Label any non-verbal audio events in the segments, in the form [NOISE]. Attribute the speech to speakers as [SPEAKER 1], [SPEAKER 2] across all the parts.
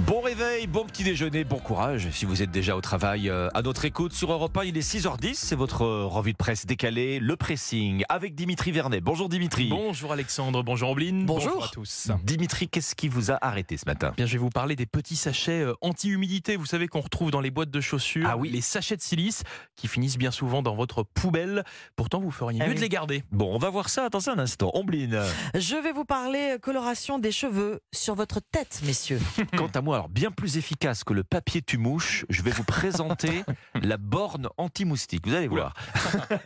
[SPEAKER 1] Bon réveil, bon petit déjeuner, bon courage. Si vous êtes déjà au travail, euh, à notre écoute sur Europe 1, il est 6h10. C'est votre euh, revue de presse décalée, le pressing, avec Dimitri Vernet. Bonjour Dimitri.
[SPEAKER 2] Bonjour Alexandre, bonjour Ambline,
[SPEAKER 3] Bonjour.
[SPEAKER 2] à tous.
[SPEAKER 1] Dimitri, qu'est-ce qui vous a arrêté ce matin
[SPEAKER 2] Bien, je vais vous parler des petits sachets euh, anti-humidité, vous savez qu'on retrouve dans les boîtes de chaussures,
[SPEAKER 1] Ah oui.
[SPEAKER 2] les sachets de silice qui finissent bien souvent dans votre poubelle. Pourtant, vous feriez
[SPEAKER 3] Ah
[SPEAKER 2] mieux
[SPEAKER 3] oui.
[SPEAKER 2] de les garder.
[SPEAKER 1] Bon, on va voir ça. Attends un instant. [LAUGHS] Ombline.
[SPEAKER 3] Je vais vous parler euh, coloration des cheveux sur votre tête, messieurs.
[SPEAKER 1] Quant à moi, alors bien plus efficace que le papier tu mouches, je vais vous [LAUGHS] présenter la borne anti-moustique. Vous allez voir.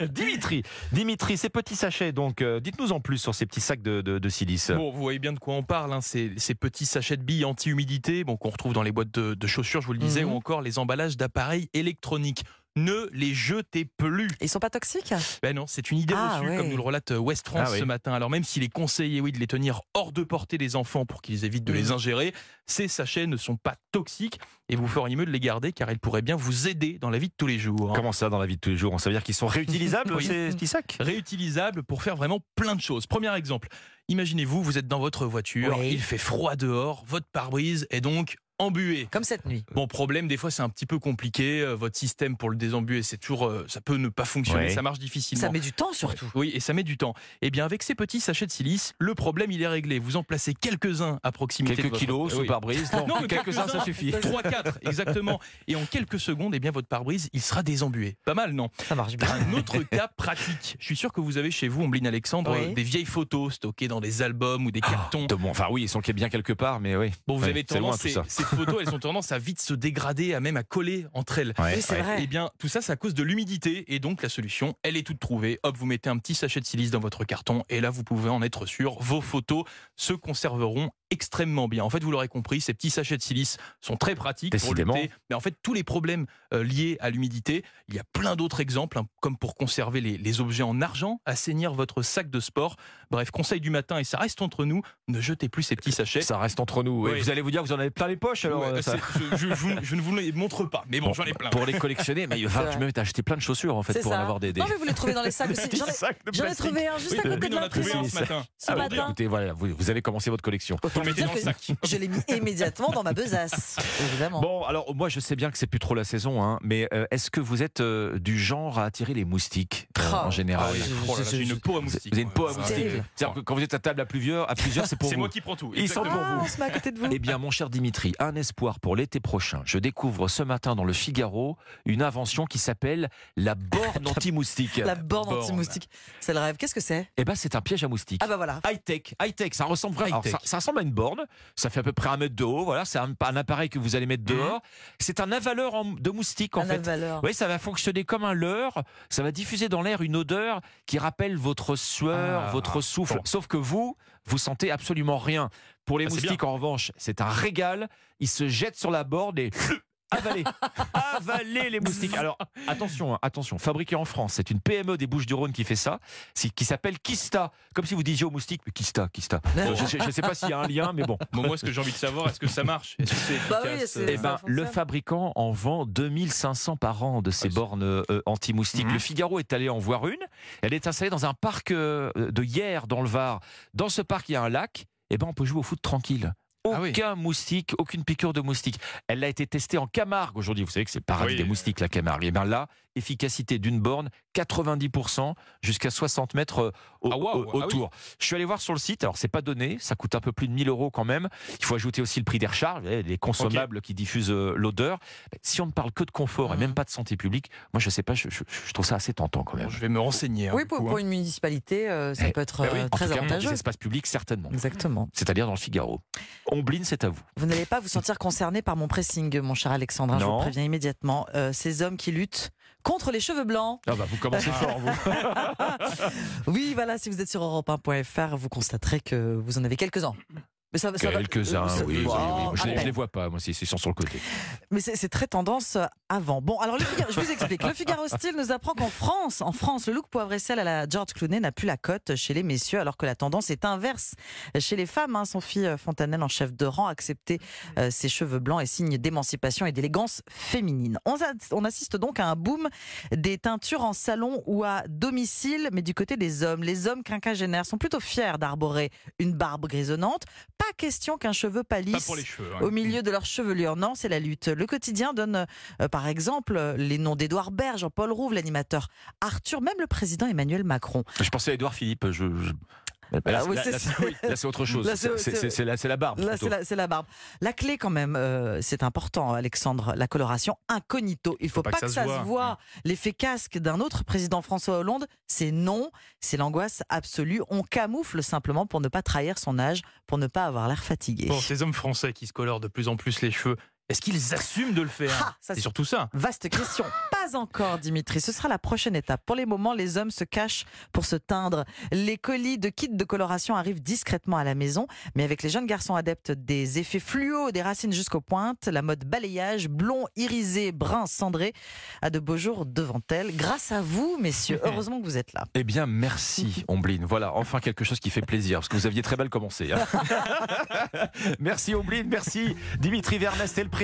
[SPEAKER 1] [LAUGHS] Dimitri, Dimitri, ces petits sachets, donc, euh, dites-nous en plus sur ces petits sacs de, de- de silice.
[SPEAKER 2] Bon, vous voyez bien de quoi on parle, hein, ces, ces petits sachets de billes anti-humidité bon, qu'on retrouve dans les boîtes de, de chaussures, je vous le disais,
[SPEAKER 3] Mhm.
[SPEAKER 2] ou encore les emballages d'appareils électroniques. Ne les jetez plus.
[SPEAKER 3] Ils sont pas toxiques
[SPEAKER 2] Ben non, c'est une idée
[SPEAKER 3] Ah
[SPEAKER 2] reçue,
[SPEAKER 3] ouais.
[SPEAKER 2] comme nous le relate euh, West France
[SPEAKER 1] Ah oui.
[SPEAKER 2] ce matin. Alors même s'il est conseillé, oui, de les tenir hors de portée des enfants pour qu'ils évitent de
[SPEAKER 1] Mm.
[SPEAKER 3] Mhm.
[SPEAKER 2] les ingérer, ces sachets ne sont pas toxiques et vous feriez mieux de les garder car ils pourraient bien vous aider dans la vie de tous les jours.
[SPEAKER 1] Comment ça dans la vie de tous les jours Ça veut dire qu'ils [LAUGHS] sont réutilisables
[SPEAKER 2] Oui.
[SPEAKER 1] ces petits sacs
[SPEAKER 2] Réutilisables pour faire vraiment plein de choses. Premier exemple, imaginez-vous, vous êtes dans votre voiture,
[SPEAKER 3] Oui.
[SPEAKER 2] il fait froid dehors, votre pare-brise est donc embué.
[SPEAKER 3] Comme cette nuit.
[SPEAKER 1] Euh.
[SPEAKER 2] Bon problème, des fois c'est un petit peu compliqué, euh, votre système pour le désembuer, c'est toujours euh, ça peut ne pas fonctionner,
[SPEAKER 1] Ouais.
[SPEAKER 2] ça marche difficilement.
[SPEAKER 3] Ça met du temps surtout.
[SPEAKER 2] Oui, et ça met du temps. Eh bien, avec ces petits sachets de silice, le problème, il est réglé. Vous en placez quelques-uns à proximité de
[SPEAKER 1] Quelques
[SPEAKER 2] votre... Ah
[SPEAKER 1] kilos sous
[SPEAKER 2] Oui.
[SPEAKER 1] pare-brise
[SPEAKER 2] [LAUGHS] Non, mais
[SPEAKER 1] quelques-uns,
[SPEAKER 2] quelques-uns.
[SPEAKER 1] ça suffit. [LAUGHS]
[SPEAKER 2] 3, 4, exactement. Et en quelques secondes, eh bien, votre pare-brise, il sera désembué. Pas mal, non
[SPEAKER 3] Ça marche bien.
[SPEAKER 1] [LAUGHS]
[SPEAKER 2] Un autre cas pratique. Je suis sûr que vous avez chez vous, Ombline Alexandre,
[SPEAKER 3] Oui.
[SPEAKER 2] euh, des vieilles photos stockées dans des albums ou des
[SPEAKER 1] Ah,
[SPEAKER 2] cartons.
[SPEAKER 1] de bon, enfin oui, ils sont bien quelque part, mais oui.
[SPEAKER 2] Bon, vous
[SPEAKER 1] Ouais,
[SPEAKER 2] avez
[SPEAKER 1] c'est loin,
[SPEAKER 2] tendance,
[SPEAKER 1] tout
[SPEAKER 2] ces,
[SPEAKER 1] ça.
[SPEAKER 2] ces photos, elles ont tendance à vite se dégrader, à même à coller entre elles.
[SPEAKER 1] Ouais,
[SPEAKER 3] Oui, c'est
[SPEAKER 1] ouais.
[SPEAKER 3] vrai.
[SPEAKER 2] Eh bien, tout ça, c'est à cause de l'humidité. Et donc, la solution, elle est toute trouvée. Hop, vous mettez un petit sachet de silice dans votre carton. Et là, vous pouvez en être sûr. Vos photos se conserveront extrêmement bien. En fait, vous l'aurez compris, ces petits sachets de silice sont très pratiques
[SPEAKER 1] Décidément.
[SPEAKER 2] pour lutter. Mais en fait, tous les problèmes euh, liés à l'humidité, il y a plein d'autres exemples, hein, comme pour conserver les, les objets en argent, assainir votre sac de sport. Bref, conseil du matin, et ça reste entre nous, ne jetez plus ces petits sachets.
[SPEAKER 1] Ça reste entre nous. Et
[SPEAKER 2] Oui.
[SPEAKER 1] vous allez vous dire que vous en avez plein les poches alors.
[SPEAKER 2] Ouais,
[SPEAKER 1] euh, ça-
[SPEAKER 2] c'est- je, je- je vous- je ne vous les montre pas, mais bon, j'en ai plein.
[SPEAKER 1] Pour les collectionner, mais il
[SPEAKER 3] [LAUGHS]
[SPEAKER 1] va falloir que je
[SPEAKER 3] vrai.
[SPEAKER 1] me mette à acheter plein de chaussures en fait
[SPEAKER 3] C'est
[SPEAKER 1] pour en
[SPEAKER 3] ça.
[SPEAKER 1] avoir des. des- [LAUGHS]
[SPEAKER 3] Non, mais vous les trouvez dans les sacs aussi.
[SPEAKER 1] petits
[SPEAKER 3] J'en ai-
[SPEAKER 1] sacs de
[SPEAKER 3] J'en ai
[SPEAKER 1] plastique.
[SPEAKER 3] trouvé un juste
[SPEAKER 2] Oui,
[SPEAKER 3] à côté
[SPEAKER 2] Pauline
[SPEAKER 3] de
[SPEAKER 2] en
[SPEAKER 3] la
[SPEAKER 2] a trouvé un
[SPEAKER 3] prison.
[SPEAKER 2] ce matin.
[SPEAKER 3] Ce
[SPEAKER 1] Ah oui,
[SPEAKER 3] matin,
[SPEAKER 1] écoutez, voilà, vous, vous avez commencé votre collection.
[SPEAKER 3] autant
[SPEAKER 2] Vous le
[SPEAKER 3] vous dire
[SPEAKER 2] mettez
[SPEAKER 3] que
[SPEAKER 2] dans le sac.
[SPEAKER 3] je l'ai mis immédiatement dans ma besace, évidemment.
[SPEAKER 1] Bon, alors moi je sais bien que c'est plus trop la saison, hein, mais euh, est-ce que vous êtes euh, du genre à attirer les moustiques euh,
[SPEAKER 3] Oh.
[SPEAKER 1] en général
[SPEAKER 2] Ah oui,
[SPEAKER 3] je-
[SPEAKER 2] oh là là,
[SPEAKER 3] je-
[SPEAKER 2] j'ai
[SPEAKER 3] je-
[SPEAKER 2] une peau à
[SPEAKER 1] Vous êtes-
[SPEAKER 2] moustique.
[SPEAKER 1] vous avez une peau à
[SPEAKER 3] C'est
[SPEAKER 1] moustique.
[SPEAKER 3] terrible.
[SPEAKER 1] C'est-à-dire que quand vous êtes à table à plusieurs, à plusieurs, c'est pour
[SPEAKER 2] C'est
[SPEAKER 1] vous.
[SPEAKER 2] moi qui prends tout.
[SPEAKER 1] Ils sont
[SPEAKER 2] exactement.
[SPEAKER 1] pour
[SPEAKER 3] Ah,
[SPEAKER 1] vous.
[SPEAKER 3] on se met
[SPEAKER 1] [LAUGHS]
[SPEAKER 3] à côté de vous.
[SPEAKER 1] Eh bien, mon cher Dimitri, un espoir pour l'été prochain. Je découvre ce matin dans le Figaro une invention qui s'appelle [LAUGHS] la borne anti-moustique.
[SPEAKER 3] La borne
[SPEAKER 2] borne.
[SPEAKER 3] anti-moustique. C'est le rêve. Qu'est-ce que c'est
[SPEAKER 1] Eh bien, c'est un piège à moustiques.
[SPEAKER 3] Ah bah voilà.
[SPEAKER 1] High-tech, high-tech, ça ressemble vraiment. alors,
[SPEAKER 2] High-tech.
[SPEAKER 1] Ça, ça ressemble à une borne, ça fait à peu près un mètre de haut, voilà, c'est un, un appareil que vous allez mettre dehors. C'est un avaleur en- de moustiques en
[SPEAKER 3] Un
[SPEAKER 1] fait.
[SPEAKER 3] avaleur.
[SPEAKER 1] Oui, ça va fonctionner comme un leurre. Ça va diffuser dans l'air une odeur qui rappelle votre sueur,
[SPEAKER 2] Ah,
[SPEAKER 1] votre souffle.
[SPEAKER 2] bon.
[SPEAKER 1] Sauf que vous, vous sentez absolument rien. Pour les
[SPEAKER 2] Ah, c'est
[SPEAKER 1] moustiques, en revanche, c'est un régal. Ils se jettent sur la borne et
[SPEAKER 2] [LAUGHS]
[SPEAKER 1] avaler, avaler les moustiques. Alors attention, hein, attention. Fabriqué en France, c'est une PME des Bouches-du-Rhône qui fait ça, si- qui s'appelle Kista. Comme si vous disiez aux moustiques, mais Kista,
[SPEAKER 2] [LAUGHS]
[SPEAKER 1] Kista. Euh, je ne sais pas s'il y a un lien, mais bon.
[SPEAKER 2] Bon, moi, ce que j'ai envie de savoir, est-ce que ça marche Est-ce que c'est
[SPEAKER 3] Bah oui,
[SPEAKER 2] efficace Euh,
[SPEAKER 3] c'est-
[SPEAKER 1] Eh
[SPEAKER 3] Ça
[SPEAKER 1] ben,
[SPEAKER 3] fonctionne.
[SPEAKER 1] le fabricant en vend 2500 par an de ces
[SPEAKER 2] Ah, c'est-
[SPEAKER 1] bornes euh, anti-moustiques.
[SPEAKER 2] Mhm.
[SPEAKER 1] Le Figaro est allé en voir une. Elle est installée dans un parc euh, de hier dans le Var. Dans ce parc, il y a un lac. Eh ben, on peut jouer au foot tranquille. Aucun
[SPEAKER 2] Ah oui.
[SPEAKER 1] moustique, aucune piqûre de moustique. Elle a été testée en Camargue aujourd'hui. Vous savez que c'est le paradis
[SPEAKER 2] Oui.
[SPEAKER 1] des moustiques, la Camargue. Et bien là, efficacité d'une borne, 90% jusqu'à 60 mètres euh, au-
[SPEAKER 2] Ah, waouh.
[SPEAKER 1] au-
[SPEAKER 2] Ah oui.
[SPEAKER 1] autour. Je suis allé voir sur le site, alors c'est pas donné, ça coûte un peu plus de 1000 euros quand même. Il faut ajouter aussi le prix des recharges, eh, les consommables qui diffusent euh, l'odeur. Mais Si on ne parle que de confort et
[SPEAKER 3] Mhm.
[SPEAKER 1] même pas de santé publique, moi je sais pas, je, je- je trouve ça assez tentant quand même.
[SPEAKER 2] Bon, Je vais me renseigner. hein,
[SPEAKER 3] Oui,
[SPEAKER 2] du
[SPEAKER 3] pour,
[SPEAKER 2] coup,
[SPEAKER 3] pour
[SPEAKER 2] hein.
[SPEAKER 3] une municipalité, euh, ça
[SPEAKER 1] Eh,
[SPEAKER 3] peut être
[SPEAKER 2] bah oui.
[SPEAKER 3] euh,
[SPEAKER 1] En tout
[SPEAKER 3] très
[SPEAKER 1] cas, dans les
[SPEAKER 3] avantageux.
[SPEAKER 1] espaces publics, certainement.
[SPEAKER 3] Exactement.
[SPEAKER 1] C'est-à-dire dans le Figaro. Ombline, c'est à vous.
[SPEAKER 3] Vous n'allez pas vous sentir concerné par mon pressing, mon cher Alexandre. hein, Je
[SPEAKER 1] Non.
[SPEAKER 3] vous préviens immédiatement. Euh, ces hommes qui luttent contre les cheveux blancs.
[SPEAKER 1] Ah bah vous commencez
[SPEAKER 3] [LAUGHS]
[SPEAKER 1] fort, vous.
[SPEAKER 3] Oui, voilà, si vous êtes sur europe1.fr, vous constaterez que vous en avez quelques-uns. Mais ça, ça
[SPEAKER 1] [LAUGHS]
[SPEAKER 3] va-
[SPEAKER 1] Quelques-uns,
[SPEAKER 3] euh, ça-
[SPEAKER 1] oui, oui, oui,
[SPEAKER 3] Oh,
[SPEAKER 1] oui. Moi, Je,
[SPEAKER 3] à
[SPEAKER 1] les- je
[SPEAKER 3] peine.
[SPEAKER 1] les vois pas, moi, c'est- ils sont sur le côté.
[SPEAKER 3] Mais c'est c'est très tendance euh, avant. Bon, alors le Figaro- je vous explique. Le Figaro Style nous apprend qu'en France, en France, le look poivre et sel à la George Clooney n'a plus la cote chez les messieurs, alors que la tendance est inverse chez les femmes. hein. Sophie euh, Fontanelle, en chef de rang, a accepté euh, ses cheveux blancs et signe d'émancipation et d'élégance féminine. On, a- on assiste donc à un boom des teintures en salon ou à domicile, mais du côté des hommes. Les hommes quinquagénaires sont plutôt fiers d'arborer une barbe grisonnante, pas pas question qu'un cheveu
[SPEAKER 2] Pas
[SPEAKER 3] pâlisse
[SPEAKER 2] pour les cheveux. hein.
[SPEAKER 3] au milieu de leur chevelure. Non, c'est la lutte. Le quotidien donne, euh, par exemple, euh, les noms d'Édouard Baird, Jean-Paul Rouve, l'animateur Arthur, même le président Emmanuel Macron.
[SPEAKER 1] Je pensais à Édouard Philippe. Je, je- Mais Là,
[SPEAKER 3] Ah oui,
[SPEAKER 1] là-
[SPEAKER 3] c'est
[SPEAKER 1] là,
[SPEAKER 3] ça.
[SPEAKER 1] c'est- oui, là, c'est autre chose.
[SPEAKER 3] Là, c'est-
[SPEAKER 1] C'est- c'est-
[SPEAKER 3] c'est-
[SPEAKER 1] C'est c'est la, c'est la barbe.
[SPEAKER 3] [LAUGHS] Là,
[SPEAKER 1] plutôt.
[SPEAKER 3] c'est la, c'est la barbe. La clé, quand même, euh, c'est important, Alexandre, la coloration incognito. Il faut pas, que, ça, se voit. Mm. L'effet casque d'un autre président François Hollande, c'est non, c'est l'angoisse absolue. On camoufle simplement pour ne pas trahir son âge, pour ne pas avoir l'air fatigué.
[SPEAKER 2] Bon, ces hommes français qui se colorent de plus en plus les cheveux, est-ce qu'ils assument de le faire
[SPEAKER 3] Ah, ça,
[SPEAKER 2] C'est surtout ça.
[SPEAKER 3] Vaste question. Pas encore, Dimitri. Ce sera la prochaine étape. Pour les moments, les hommes se cachent pour se teindre. Les colis de kits de coloration arrivent discrètement à la maison, mais avec les jeunes garçons adeptes des effets fluo, des racines jusqu'aux pointes, la mode balayage, blond, irisé, brun, cendré, a de beaux jours devant elle. Grâce à vous, messieurs. Heureusement que vous êtes là.
[SPEAKER 1] Eh bien, merci, Ombline. Voilà, enfin quelque chose qui fait plaisir, parce que vous [LAUGHS] aviez très mal commencé. hein. merci, Ombline, merci, Dimitri Vernet, c'était le précis.